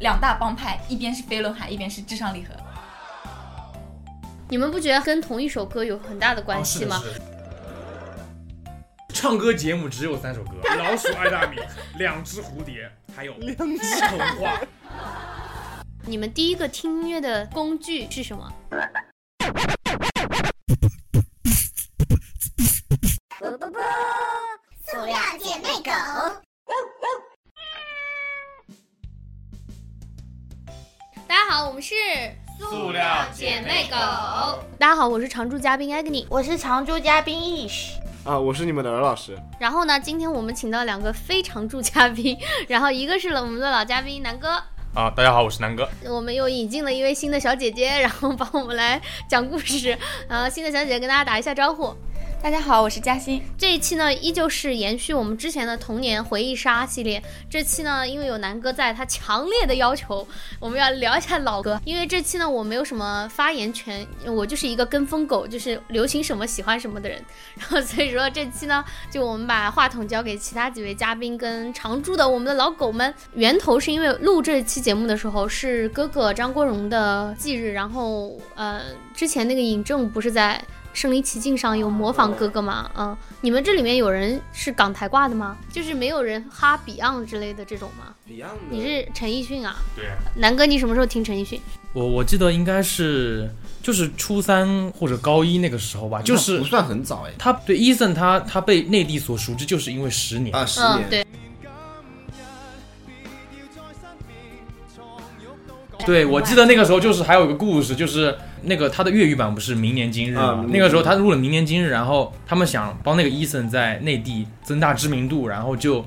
两大帮派，一边是飞轮海，一边是至上励合。你们不觉得跟同一首歌有很大的关系吗？哦是的是的唱歌节目只有三 首歌：老鼠爱大米，两只蝴蝶，还有一童话。你们第一个听音乐的工具是什么？啵啵啵，塑料姐妹狗。大家好，我们是 塑料姐妹狗。大家好，我是常驻嘉宾 Agni。我是常驻嘉宾 Ish，啊，我是你们的阮老师。然后呢，今天我们请到两个非常驻嘉宾， 然后一个是我们的老嘉宾南哥，啊！大家好，我是南哥。我们又引进了一位新的小姐姐，然后帮我们来讲故事。呃，新的小姐姐跟大家打一下招呼。大家好，我是嘉欣。这一期呢，依旧是延续我们之前的童年回忆杀系列。这期呢，因为有南哥在，他强烈的要求 我们要聊一下老歌。因为这期呢，我没有什么发言权，我就是一个跟风狗，就是流行什么喜欢什么的人。 然后所以说这期呢，就我们把话筒交给其他几位嘉宾跟常驻的我们的老狗们。源头是因为录这期节目的时候是哥哥张国荣的忌日，然后呃，之前那个尹正不是在《身临其境》上有模仿哥哥吗？嗯，你们这里面有人是港台挂的吗？就是没有人哈 Beyond 之类的这种吗？ Beyond，你是陈奕迅啊？对，南哥，你什么时候听陈奕迅？我我记得应该是就是初三或者高一那个时候吧，就不是算很早哎他对 Eason 他他被内地所熟知，就是因为十年。啊，十嗯，年。对，对，我记得那个时候就是还有一个故事，就是那个他的粤语版不是明年今日啊吗明？年那个时候他入了明年今日，然后他们想帮那个 Eason 在内地增大知名度，然后就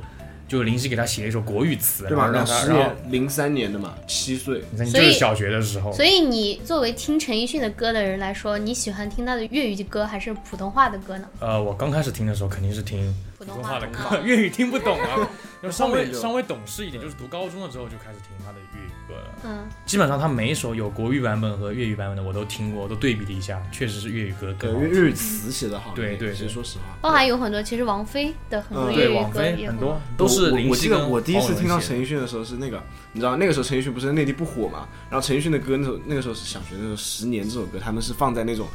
就临时给他写了一首国语词，对然吧？后那让他十然后年零三年的嘛，七岁。你看你所就以是小学的时候，所以你作为听陈奕迅的歌的人来说，你喜欢听他的粤语的歌还是普通话的歌呢？呃，我刚开始听的时候肯定是听普普通通话的歌。歌， 粤语听不 懂啊。就稍后面微就稍微懂事一点，就是读高中了之后就开始听他的粤语歌了。嗯，基本上他每一首有国语版本和粤语版本的我都听过，我都对比了一下，确实是粤语歌对，更因好为听。日语词写的好。对对对其实说实话，包含有很多，其实王菲的很多嗯粤对，语网歌飞也很很多多。都是啊我林我记夕得跟我第一次听到谁陈奕迅的时候是那个，你知道那个时候陈奕迅不是在内地不火嘛？然后陈奕迅的歌那时候那个时候是小学那时候，《十年》这首歌他们是放在那种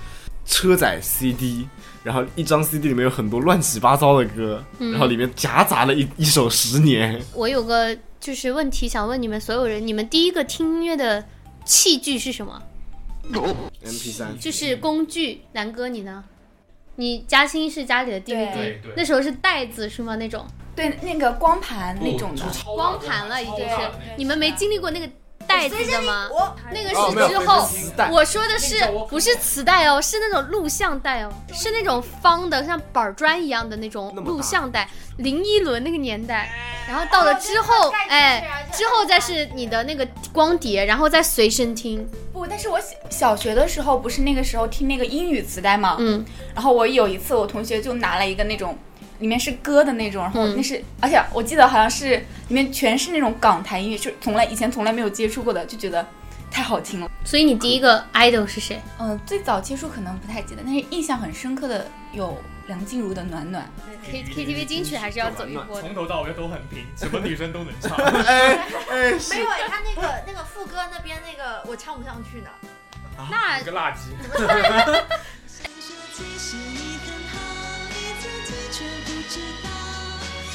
车载 CD，然后一张 CD 里面有很多乱七八糟的歌，然后里面夹杂了一一首《十年》。我有个就是问题想问你们所有人，你们第一个听音乐的器具是什么？ MP 三，就是工具。南哥，你呢？你嘉兴是家里的 DVD，对对那时候是袋子是吗？那种对，那个光盘那种的，哦光盘了已经对是。你们没经历过那个袋子的吗？我那个哦没有是之那后是磁带，我说的是那个叫我不是磁带哦，是那种录像带哦，是那种方的，像板砖一样的那种那么大录像带。林依轮那个年代，然后到了之后，哎，之后再是你的那个光碟，然后再随身听。不，但是我小小学的时候不是那个时候听那个英语磁带嘛，嗯，然后我有一次我同学就拿了一个那种。里面是歌的那种，然后嗯那是，而且我记得好像是里面全是那种港台音乐，就是从来以前从来没有接触过的，就觉得太好听了。所以你第一个 idol 是谁？嗯、最早接触可能不太记得，但是印象很深刻的有梁静茹的《暖暖》。 K K T V 金曲还是要走一波的。从头到尾都很平，什么女生都能唱。哎哎，没有，他那个那个副歌那边那个我唱不上去呢。那 个垃圾，想说其实你很好，你自己却不知道。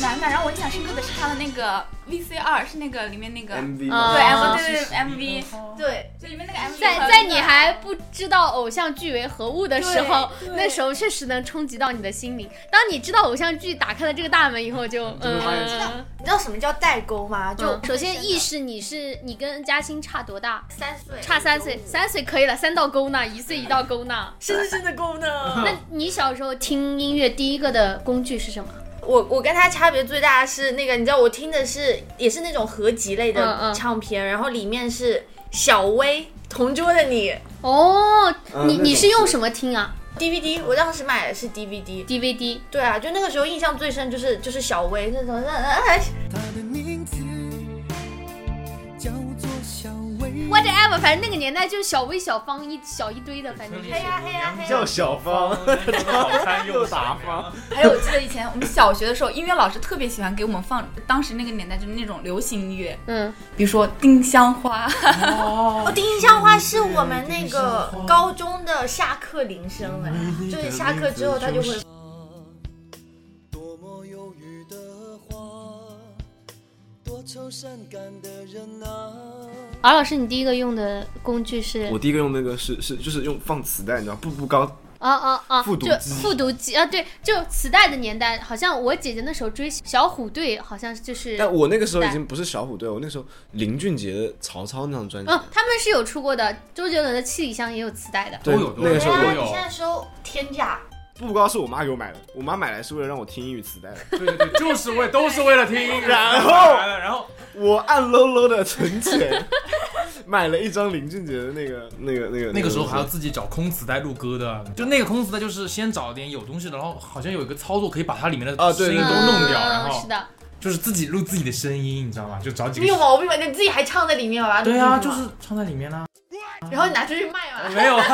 暖暖，然后我印象深刻的是他的那个 VCR，是那那个里面那个 MV 啊吗？对 M 哦对对对 MV，对，就里面那个 MV 在在你还不知道偶像剧为何物的时候， 对对那时候确实能冲击到你的心灵。当你知道偶像剧打开了这个大门以后就，嗯，你知道什么叫代沟吗？就、就首先意识你是你跟嘉欣差多大？三岁，差三岁，三岁可以了，三道沟呢，一岁一道沟呢。深深的沟呢。那你小时候听音乐第一个的工具是什么？ 我我跟他差别最大的是那个，你知道我听的是也是那种合集类嗯嗯的唱片，然后里面是小薇《同桌的你哦，嗯你那你种是用是什么听啊》 DVD，我当时买的是 DVD。 ？DVD 对啊，就那个时候印象呃最深就是就是小薇那种，哎哎哎他的名字叫做小嗯薇。 whatever，反正那个年代就是小薇、小芳一小一堆的，反嗯正就是哎呀哎呀哎呀！叫小芳，好看又又打方。还有我记得以前我们小学的时候，音乐老师特别喜欢给我们放当时那个年代就是那种流行音乐，嗯，比如说《丁香花》，哦，丁香花是我们那个高中的下课铃声哎，就是下课之后它就会多么忧郁的花，多愁善感的人啊。敖老师，你第一个用的工具是我第一个用那个是是就是用放磁带，你知道步步高，啊啊啊！复读就机复读机啊，对，就磁带的年代，好像我姐姐那时候追小虎队，好像就是，但我那个时候已对经不是小虎队，我那时候林俊杰的《曹操》那张专辑，嗯，他们是有出过的，周杰伦的《七里香》也有磁带的。对都有，那个时候哎呀都我你现有。在收天价，步步高是我妈给我买的，我妈买来是为了让我听英语磁带的。对对对，就是为都是为了听，然后来了，然后我按 low low 的存钱，买了一张林俊杰的那个那个那个那个时候还要自己找空磁带录歌的，就那个空磁带就是先找点有东西的，然后好像有一个操作可以把它里面啊的对声音对都弄掉，嗯然是后的，就是自己录自己的声音，你知道吗？就找几你有个。毛病吧？你自己还唱在里面吧？对啊，你就自己是唱在里面啊啦。嘛，然后你拿出去卖嘛。没有啊，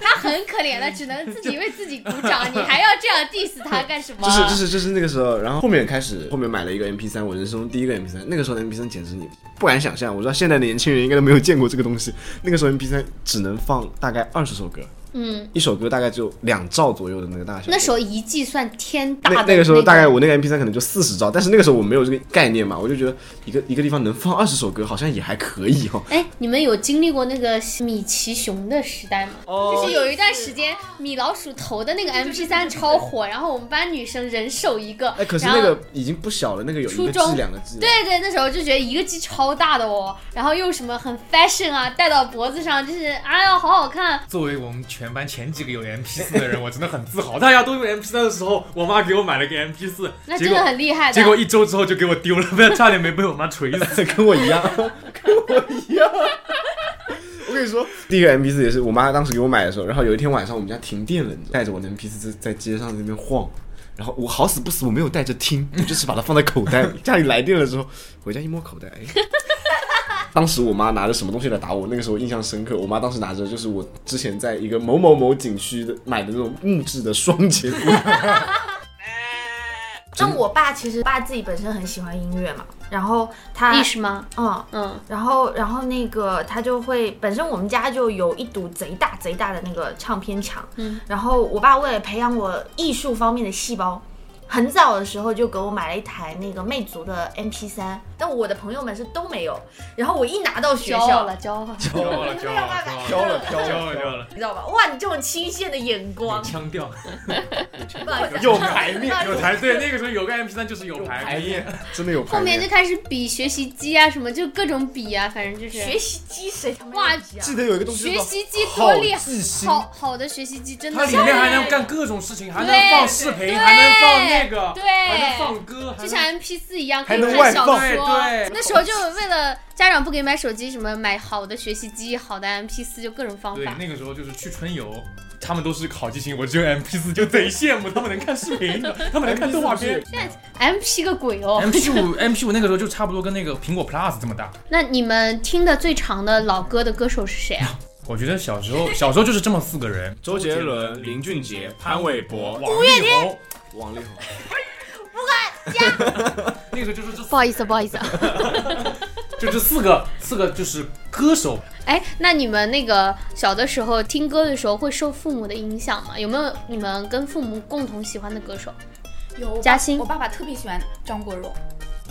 他很可 怜的，只能自己为自己鼓掌，你还要这样 diss 他干什么？啊就是就是就是那个时候，然后后面开始后面买了一个 MP 3我人生中第一个 MP 3那个时候的 MP 3简直你不敢想象，我知道现在的年轻人应该都没有见过这个东西。那个时候 MP 3只能放大概二十首歌，嗯，一首歌大概只有两兆左右的那个大小。那时候一 G 算天大那的、那个时候大概我那个 MP 3可能就四十兆，但是那个时候我没有这个概念嘛，我就觉得一个一个地方能放二十首歌好像也还可以哦。哎，你们有经历过那个米奇熊的时代吗？哦就是有一段时间米老鼠头的那个 MP 3超火，然后我们班女生人手一个，哎，可是然后那个已经不小了，那个有一初个 G 中两个 G，对对，那时候就觉得一个 G 超大的哦，然后又什么很 fashion 啊，戴到脖子上，就是哎呀好好看。作为我们全班前几个有 MP 4的人，我真的很自豪。大家都用 MP 3的时候，我妈给我买了个 MP 4那结真的果很厉害的。结果一周之后就给我丢了，不 然差点没被我妈锤 死。 跟我一样，跟我一样。我跟你说，第一个 MP 四也是我妈当时给我买的时候，然后有一天晚上我们家停电了，你知道带着我的 MP 四在街上那边晃，然后我好死不死我没有带着 听，我就是把它放在口袋里。家里来电了之后，回家一摸口袋，哎。当时我妈拿着什么东西来打我？那个时候印象深刻。我妈当时拿着就是我之前在一个某某某景区的买的那种木质的双节棍，那我爸其实爸自己本身很喜欢音乐嘛，然后他意识吗？嗯，嗯，然后，然后那个他就会，本身我们家就有一堵贼大贼大的那个唱片墙，嗯，然后我爸为了培养我艺术方面的细胞，很早的时候就给我买了一台那个魅族的 MP 3但我的朋友们是都没有，然后我一拿到学骄傲校，了，骄傲了。骄傲了，骄傲了，骄傲了，飘骄傲了，骄傲了，你知道吧？哇，你这种清线的眼光，腔调不好意思啊，有排面， 有有排对，那个时候有个 MP 3就是有排面。，哎真的有排后面面就。开始比学习机啊，什么，就各种比啊，反正就是学习机谁他妈哇要急啊记得有一个东西学叫习机好多厉害记，性好好的学习机真它的里是。面还能干各种事情，还能对放视频，对还能放那个，对还能放歌，还就能像 M P 四一样，可还以能看小说。外放哎对对那时候就为了家长不给买手机，什么买好的学习机、好的 M P 四，就各种方对法。那个时候就是去春游，他们都是考级型，我只有 MP 4就贼羡慕他们能看视 频，他们能看动画片。 M P 个鬼哦！ MP 五 MP 五那个时候就差不多跟那个苹果 Plus 这么大。那你们听的最长的老歌的歌手是谁啊？我觉得小时候小时候就是这么四个人：周杰伦林俊杰潘玮柏王力宏。王力宏。那个时候就是这不好意思，不好意思。啊。就这四个四个就是歌手，哎，那你们那个小的时候听歌的时候会受父母的影响吗？有没有你们跟父母共同喜欢的歌手？有我爸嘉欣我爸爸特别喜欢张国荣，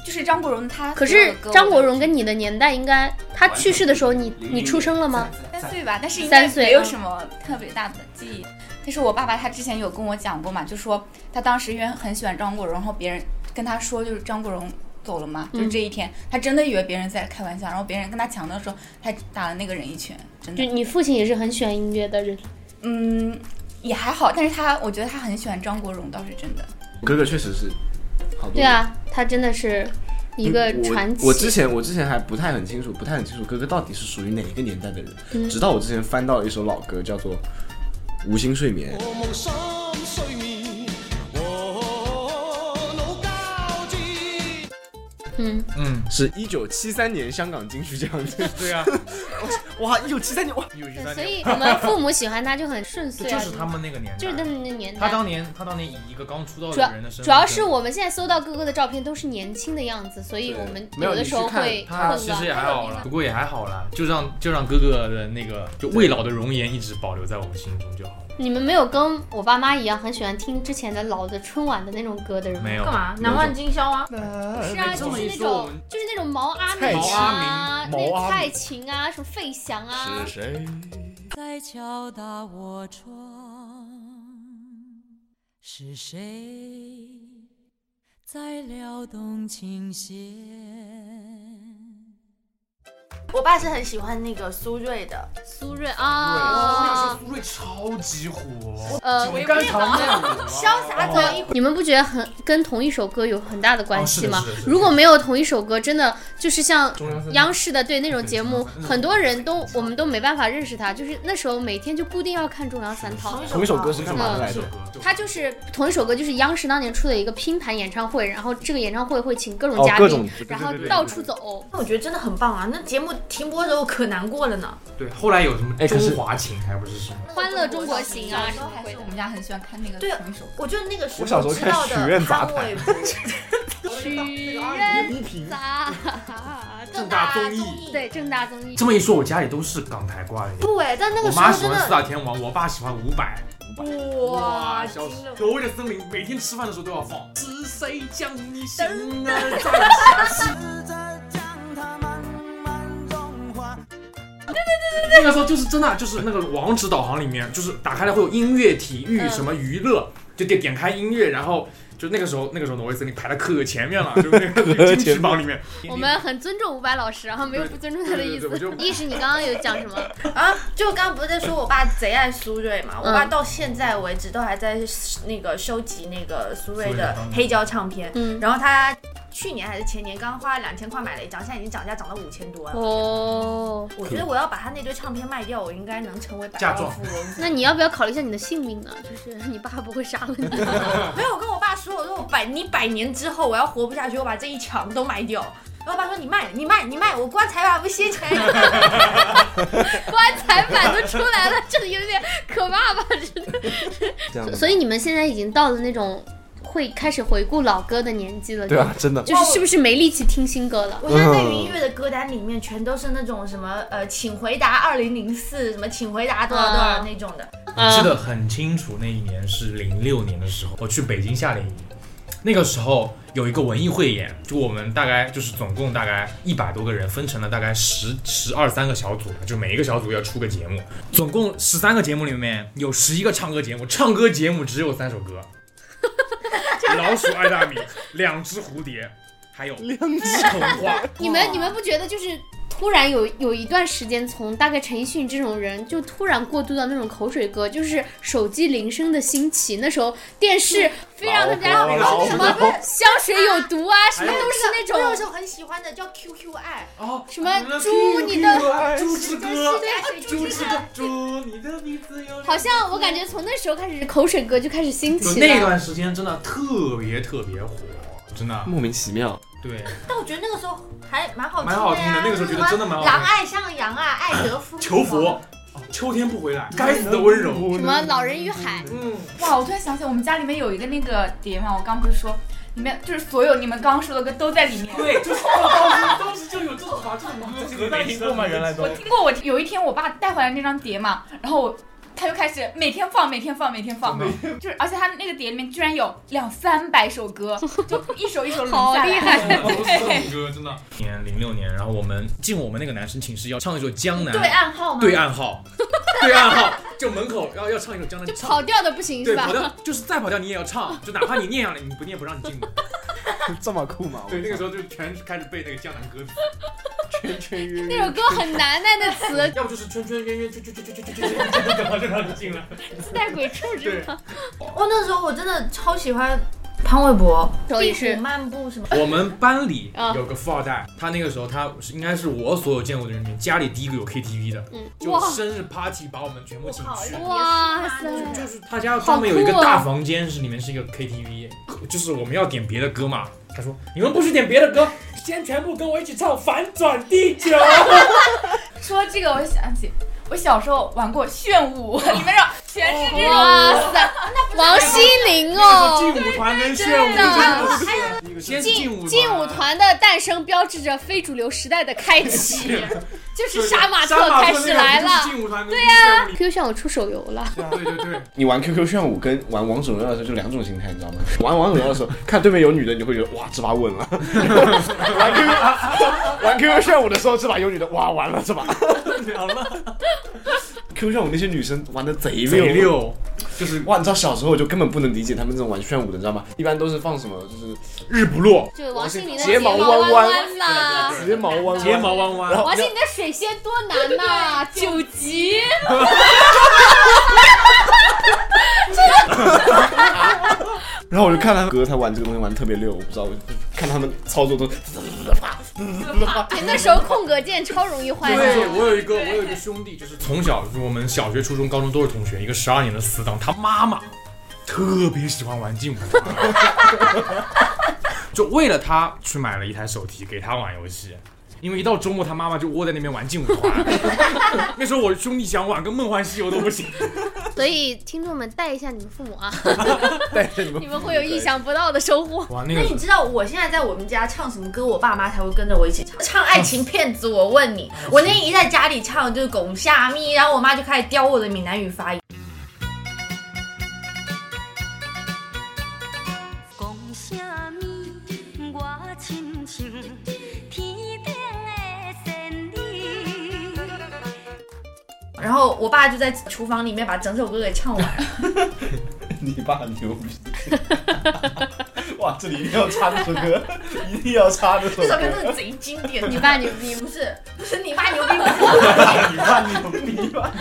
就是张国荣他可所有是的歌我张国都荣跟你的年代应该，他去世的时候你你出生了吗？三岁吧，但是应三该岁没有嗯什么特别大的记忆。但是我爸爸他之前有跟我讲过嘛，就说他当时因为很喜欢张国荣，然后别人跟他说就是张国荣走了嘛，嗯就是这一天，他真的以为别人在开玩笑，然后别人跟他抢的时候，他打了那个人一拳，真就的，你父亲也是很喜欢音乐的人，嗯，也还好，但是他我觉得他很喜欢张国荣，倒是真的。哥哥确实是，好多对啊，他真的是一个嗯我传奇。我之前我之前还不太很清楚，不太很清楚哥哥到底是属于哪一个年代的人，嗯直到我之前翻到了一首老歌，叫做《无心睡眠》。哦我無心睡眠，我腦交戰。嗯，嗯，是一九七三年香港金曲奖。 对啊，哇，一九七三年哇，有些对所以我们父母喜欢他就很顺遂就啊，是他们那个年就是他代。们那年代。他当年，他当年以一个刚出道主要的人的身份，主要是我们现在搜到哥哥的照片都是年轻的样子，所以对我们没有的你时候去看会混他其实也乱。还好了，不过也还好了，就让就让哥哥的那个就未老的容颜一直保留在我们心中就好了。你们没有跟我爸妈一样很喜欢听之前的老的春晚的那种歌的人吗？没有干嘛？南万今宵啊，是呃啊，就是那种就是那种毛阿蔡敏琴啊，毛阿敏毛那阿敏蔡琴啊，什么费翔啊，谁？在敲打我窗，是谁在撩动琴弦？我爸是很喜欢那个苏芮的，苏芮啊。瑞超级火，呃，干糖那样潇哦洒走一你们不觉得很跟同一首歌有很大的关系吗哦是的是的是？的如果没有同一首歌，真的就是像中央三央视的嗯对那种节目，很多人都我们都没办法认识他，就是那时候每天就固定要看中央三套。同一首歌是干嘛的来着？他就是同一首歌，就是央视当年出的一个拼盘演唱会，然后这个演唱会会请各种哦嘉各宾，种然后对对对对到处走。那我觉得真的很棒啊！那节目停播的时候可难过了呢。对，后来有什么哎可是中华情还不是什么？欢乐中国行啊小时候还是我们家很喜欢看那个对同一首歌。我觉得那个时我小时候候知道看许的愿杂潘谈玮柏，许愿平杂，正大综艺对正大综艺哎这。么一说，我家里都是港台挂的。对，但那我个时妈候喜真欢四大的天王，我爸喜欢伍佰。哇，小时真的候为了森林，每天吃饭的时候都要放。是谁将你心儿摘下？那个时候就是真的，啊就是那个网址导航里面，就是打开了会有音乐、体育、嗯什么娱乐，就点点开音乐，然后就那个时候，那个时候挪威森林排在可前面了，就是那个金曲榜里面。我们很尊重伍佰老师，然啊后没有不尊重他的意思对对对我。就意识，你刚刚有讲什么？啊！就我刚刚不是在说我爸贼爱苏芮嘛？我爸嗯到现在为止都还在那个收集那个苏芮芮的的当年黑胶唱片，嗯，然后他去年还是前年刚花了两千块买了一张，现在已经涨价涨到五千多了。哦，我觉得我要把他那堆唱片卖掉，我应该能成为百嫁万妆富翁。那你要不要考虑一下你的性命呢？就是你爸不会杀了你。没有，我跟我爸说，我说我百你百年之后我要活不下去，我把这一墙都卖掉。然后我爸说你卖你卖你卖，我棺材板不掀起来。棺材板都出来了，这个有点可怕吧？真这样的。的，所以你们现在已经到了那种会开始回顾老歌的年纪了，对啊，真的。就是是不是没力气听新歌了？我现在对于音乐的歌单里面全都是那种什么呃，请回答二零零四，什么请回答啊多少多少嗯那种的。我记嗯，得很清楚，那一年是零六年的时候，我去北京夏令营，那个时候有一个文艺汇演，就我们大概就是总共大概一百多个人，分成了大概十十二三个小组，就每一个小组要出个节目，总共十三个节目里面有十一个唱歌节目，唱歌节目只有三首歌，老鼠爱大米，两只蝴蝶，还有两只童话，你们你们不觉得就是？突然有有一段时间，从大概陈奕迅这种人，就突然过渡到那种口水歌，就是手机铃声的兴起。那时候电视非让他们家老婆说什么香水有毒啊，什么都是那我有种时候很喜欢的叫 QQ 爱，哦，什么猪你的猪之歌，对，猪之歌，猪你的鼻子有好像我感觉从那时候开始，口水歌就开始兴就起那了。段时间真的特别特别火，真的。莫名其 妙，对，但我觉得那个时候还蛮好蛮好听听呀、的那个时候觉得真的蛮好听的狼爱上羊啊，爱德夫求佛，秋天不回来，该死的温柔。什么老人与海，嗯，哇，我突然想起来我们家里面有一个那个碟嘛，我刚不是说里面就是所有你们刚刚说的歌都在里面。对，就是当时当时就有这种把这种歌你没听过啊吗？原来都我听过我，有一天我爸带回来那张碟嘛，然后我他就开始每天放，每天放，每天放，就是而且他那个碟里面居然有两三百首 歌，就一首一首轮好下来厉害！都是这种歌，真的。年零六年，然后我们进我们那个男生寝室要唱一首《江南》对暗号吗？对啊暗号，对暗号，就门口要要唱一首《江南就》，唱跑调的不行是对吧跑？调，就是再跑调你也要唱，就哪怕你念上了，你不念不让你进 门。这么酷吗？对，那个时候就全开始背那个江南歌词，圈圈约那首歌很难耐的 词，要不就是圈圈圆圆圈圈圈圈圈圈圈圈圈圈，然后就让你进来。带鬼畜是吗？哇，那时候我真的超喜欢潘玮柏，所以是第五漫步什么？我们班里有个富二代，他那个时候他是应该是我所有见过的人里面家里第一个有 KTV 的，嗯，就哇生日 party 把我们全部请去。哇塞！就是他家专门有一个大房间，是里面是一个 KTV，就是我们要点别的歌嘛。他说：“你们不许点别的歌，先全部跟我一起唱《反转地球》。说这个，我想起我小时候玩过炫舞，里面让全是这种哇塞，王心凌哦，劲舞团跟炫舞真的真的，先是劲劲舞啊劲舞团的诞生标志着非主流时代的开启，就是杀马特杀马开特始来那个就是了。劲舞团对呀， QQ 炫舞出手游了，对对对，你玩 QQ 炫舞跟玩王者荣耀的时候就两种心态，你知道吗？ 玩王者荣耀的时候，看对面有女的，你就会觉得哇，这把稳了； 玩 QQ 玩 QQ 炫舞的时候，这把有女的，哇，完了这把。聊了 QQ 炫舞那些女生玩的贼贼溜，就是哇，你知道小时候我就根本不能理解他们这种玩炫舞的，你知道吗？一般都是放什么，就是日不落，就王心凌的睫毛毛弯弯呐，睫毛弯睫毛弯弯，王心凌的水仙多难呐，九级。然后我就看他哥他玩这个东西玩的特别溜，我不知道，我就看他们操作都对，那时候空格键超容易坏对，的。我有一个，我有一个兄弟，就是从小就是我们小学、初中、高中都是同学，一个十二年的死党，他妈妈特别喜欢玩劲舞 团，就为了他去买了一台手提给他玩游戏。因为一到周末，他妈妈就窝在那边玩劲舞团。 那时候我兄弟想玩个《梦幻西游》都不行，所以听众们带一下你们父母啊，带着你们你们会有意想不到的收获。哇，那那个你知道我现在在我们家唱什么歌，我爸妈才会跟着我一起唱？唱《爱嗯情骗子》，我问你，我那天一在家里唱就是“拱下咪”，然后我妈就开始雕我的闽南语发音。讲什么？我亲像天顶的仙女。然后我爸就在厨房里面把整首歌给 唱完。 你爸牛逼！哇，这里一定要插这首歌， 一定要插这首这首歌歌。真的贼经 典。你爸牛逼，不是不是你爸牛逼，我你爸牛逼吧？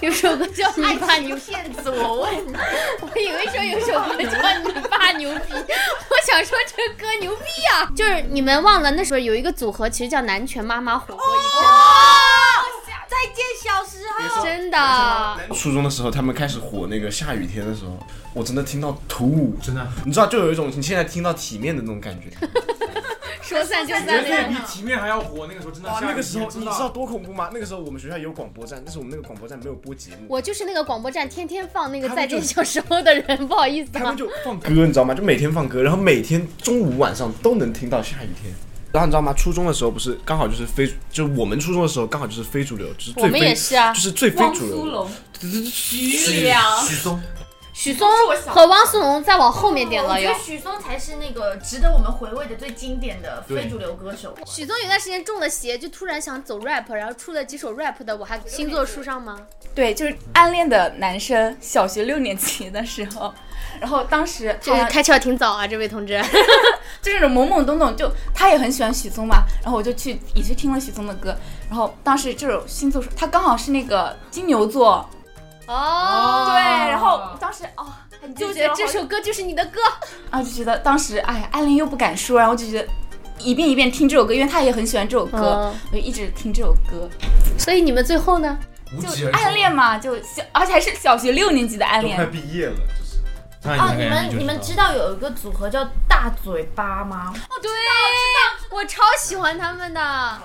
有首歌叫《你爸牛逼》，骗子，我问你。我以为说有首歌叫《你爸牛逼》， 我想说这歌牛逼啊！就是你们忘了那时候有一个组合，其实叫南拳妈妈火锅再见小时候。哦一，真的。初中的时候，他们开始火那个下雨天的时候，我真的听到突兀，真的，你知道，就有一种你现在听到体面的那种感觉。说散就散绝那对比种。体面还要火。那个时候真的哇，下那雨天，个时候你真知的道多恐怖吗？那个时候我们学校也有广播站，但是我们那个广播站没有播节目，我就是那个广播站天天放那个他再们就见小时候的人，不好意思他啊们。就放歌，你知道吗？就每天放歌，然后每天中午晚上都能听到下雨天。然后你知道吗？初中的时候不是刚好就是非，就我们初中的时候刚好就是非主流，就是最我们非也是啊就是最非汪主苏流的。泷徐良，许嵩，许嵩我小和汪苏泷再往后面点了我觉哟得。许嵩才是那个值得我们回味的最经典的非主流歌手。许嵩有段时间中了邪，就突然想走 rap，然后出了几首 rap 的，我还星座书上吗？对，就是暗恋的男生，小学六年级的时候，然后当时这个好像开窍挺早啊，这位同志。就是那种懵懵懂懂，就他也很喜欢许嵩嘛，然后我就去也去听了许嵩的歌，然后当时这首星座，他刚好是那个金牛座，哦，对，然后当时哦，你就觉得这首歌就是你的歌。啊就觉得当时哎呀暗恋又不敢说，然后就觉得一遍一遍听这首歌，因为他也很喜欢这首歌，嗯我就一直听这首歌，所以你们最后呢？无疾就而终暗恋嘛，就小而且还是小学六年级的暗都恋快，毕业了，就是。那啊，大你概就们你们知知道有一个组合叫大嘴巴吗？对，我超喜欢他们的，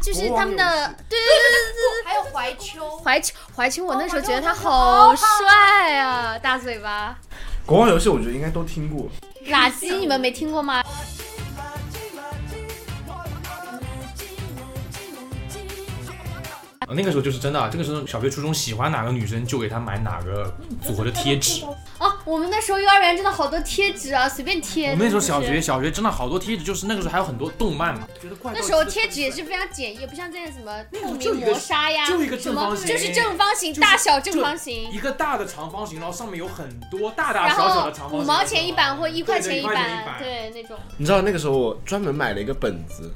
就是他国王们的，对对对还有怀秋对，怀秋，怀秋，我那时候觉得他好帅啊，大嘴巴。国王游戏我觉得应该都听过，垃圾 你们没听过吗？道，那个时候就是真的啊，这个时候小学、初中喜欢哪个女生就给她买哪个组合的贴纸。嗯哦，我们那时候幼儿园真的好多贴纸啊，随便贴。我们那时候真小的是学，小学真的好多贴纸，就是那个时候还有很多动漫嘛，觉得怪那时候贴纸也是非常简易，不像现在什么透就明一个磨砂呀，就一个什正么方形就是正方形，大哦小正方形，一个大的长方形，然后上面有很多大大然小小后的长方形，五毛钱一版或一块钱一版，，对那种。你知道那个时候我专门买了一个本子，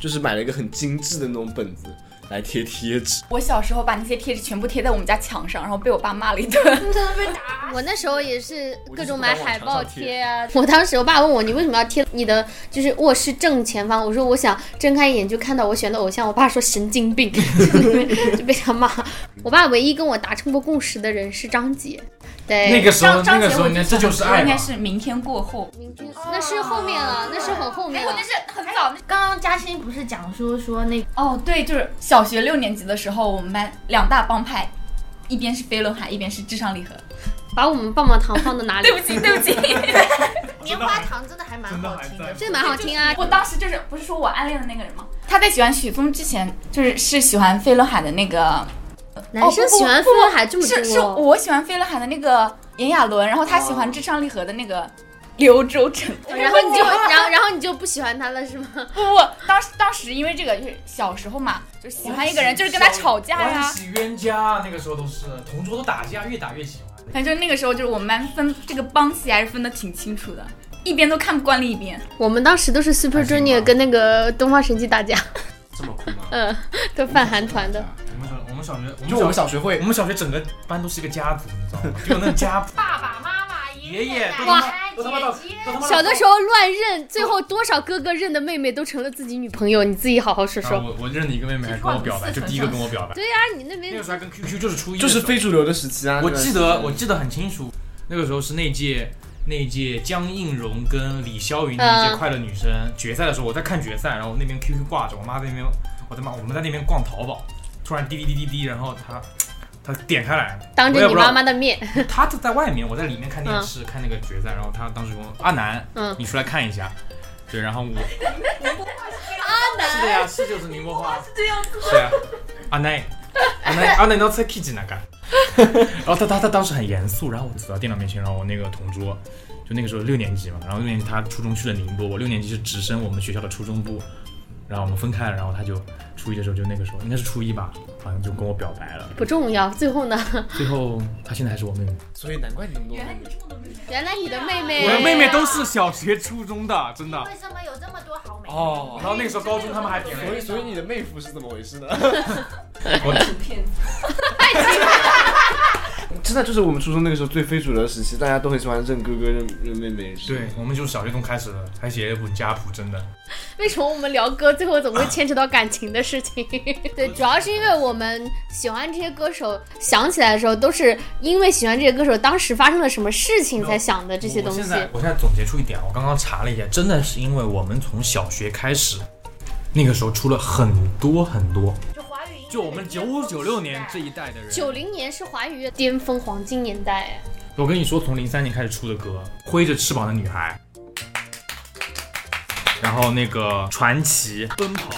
就是买了一个很精致的那种本子来贴贴纸。我小时候把那些贴纸全部贴在我们家墙上，然后被我爸骂了一顿。 我那时候也是各种买海报贴啊。我当时我爸问我你为什么要贴你的就是卧室正前方，我说我想睁开眼就看到我选的偶像。我爸说神经病， 嗯就被他骂。我爸唯一跟我达成过共识的人是张杰，对那个时候 张那张学个时候友应该这这就是爱应吧该。是明天过后，那是后面了，哦那是很后哎面了。很早。刚刚嘉欣不是讲说说那哦，对，就是小学六年级的时候，我们班两大帮派，一边是飞轮海，一边是至上礼盒。把我们棒棒糖放到哪里？对不起，对不起，棉花糖真的还蛮好听的，这蛮好听啊。我当时就是哦不是说我暗恋的那个人吗？他在喜欢许峰之前，就是是喜欢飞轮海的那个哦男生喜欢飞轮海这么是是多，我喜欢飞轮海的那个炎亚纶，然后他喜欢至上励合的那个刘洲成。哦 然后你 就，然后然后你就不喜欢他了是吗？不不，当时当时因为这个就是小时候嘛，就是喜欢一个人，就是跟他吵架呀欢。喜冤家，那个时候都是同桌都打架，越打越喜欢。反正就是那个时候，就是我们班分这个帮系还是分的挺清楚的，一边都看不惯另一边。我们当时都啊是 Super 还行吧 Junior 跟那个东方神起打架，这么酷吗？嗯，都泛韩团的。我们小我们小学我们就我们小小学会我，们小学整个班都是一个家族，你知道吗？就有那种家谱，爸爸妈妈、爷爷都哇他妈都他妈到都他妈 到小的时候乱认，最后多少哥哥认的妹妹都成了自己女朋友，你自己好好说 然后说。我我认了一个妹妹，还跟我表白，就第一个跟我表白。对呀、你那那边个时候还跟 QQ 就是初一，就是非。主流的时期啊。我那段记时间得我记得很清楚，那个时候是那届那届江映蓉跟李霄云那一届嗯快乐女声、决赛的时候，我在看决赛，然后那边 QQ 挂着，我妈在那边，我的妈，我们在那边逛淘宝，突然滴滴滴滴滴，然后她她点开来，当我也着不你知道妈妈的面，她就在外面，我在里面看电视、看那个决赛，然后她当时跟我说阿南，嗯你出来看一下，对，然后我是的阿呀，是就是宁波话，是这样子。是呀，阿奈，阿奈，阿奈，你才 k i 那个。然后他他他当时很严肃，然后我走到电脑面前，然后我那个同桌，就那个时候六年级嘛，然后六年级他初中去了宁波，我六年级是直升我们学校的初中部，然后我们分开了，然后他就初一的时候就那个时候应该是初一吧，好像就跟我表白了，不重要。最后呢， 最后他现在还是我妹妹，所以难怪你们都原来你的妹妹，我的妹妹都是小学初中的，真的为什么有这么多好美？哦。然后那个时候高中他们还点了所以所以你的妹夫是怎么回事呢？ 真的就是我们初中那个时候最非主流的时期，大家都很喜欢认哥哥认认妹妹。对，我们就是小学中开始的，开始写谱家谱，真的。为什么我们聊歌最后总会牵扯到感情的事情？ 嗯对，主要是因为我们喜欢这些歌手，想起来的时候都是因为喜欢这些歌手当时发生了什么事情才想的这些东我西现。在我现在总结出一点啊，我刚刚查了一下，真的是因为我们从小学开始，那个时候出了很多很多，就华语音乐就我们九五九六年这一代的人，九零年是华语乐巅峰黄金年代，我跟你说，从零三年开始出的歌，《挥着翅膀的女孩》，然后那个传奇、奔跑、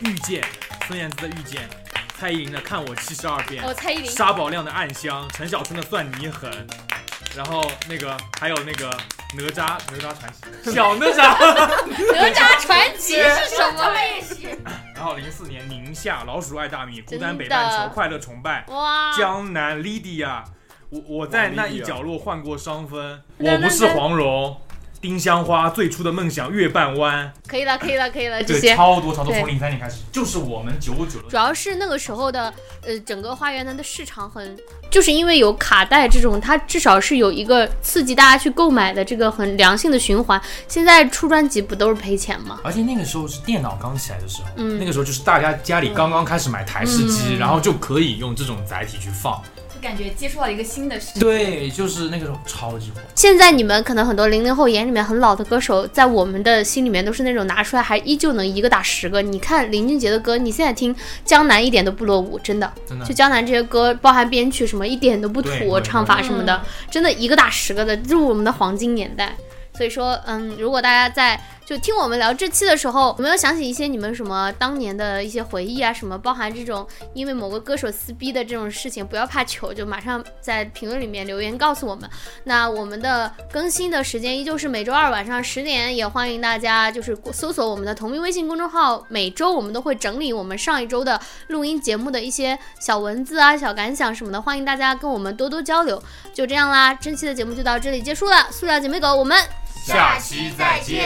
遇见、孙燕姿的遇见、蔡依林的《看我七十二变》哦，蔡依林，沙宝亮的《暗香》，陈小春的《算你狠》，然后那个还有那个哪吒哪吒传奇，小哪吒。哪吒传奇 是什么？ 然后零四年宁夏老鼠爱大米，孤单真北半的球，快乐崇拜，哇，江南 Lydia，我我在那一 Lydia 角落患过伤风，那我不是那黄蓉。丁香花最初的梦想，月半弯，可 以了，可以了，可以了，这对，些。超多超多，对从零三年开始，就是我们九九主要是那个时候的，呃，整个花园它的市场很，就是因为有卡带这种，它至少是有一个刺激大家去购买的这个很良性的循环。现在出专辑不都是赔钱吗？而且那个时候是电脑刚起来的时候，嗯那个时候就是大家家里刚刚开始买台式机，然后就可以用这种载体去放，就感觉接触到一个新的世界。对，就是那个时候超级火，现在你们可能很多零零后眼里面很老的歌手，在我们的心里面都是那种拿出来还依旧能一个打十个。你看林俊杰的歌，你现在听《江南》一点都不落伍，真的。真的就。江南这些歌，包含编曲什么，一点都不对土，对唱法什么的，真的一个打十个的，就是我们的黄金年代。所以说，嗯，如果大家在就听我们聊这期的时候，有没有想起一些你们什么当年的一些回忆啊？什么包含这种因为某个歌手撕逼的这种事情，不要怕糗，就马上在评论里面留言告诉我们。那我们的更新的时间依旧是每周二晚上十点，也欢迎大家就是搜索我们的同名微信公众号，每周我们都会整理我们上一周的录音节目的一些小文字啊、小感想什么的，欢迎大家跟我们多多交流。就这样啦，这期的节目就到这里结束了，塑料姐妹狗，我们下期再见。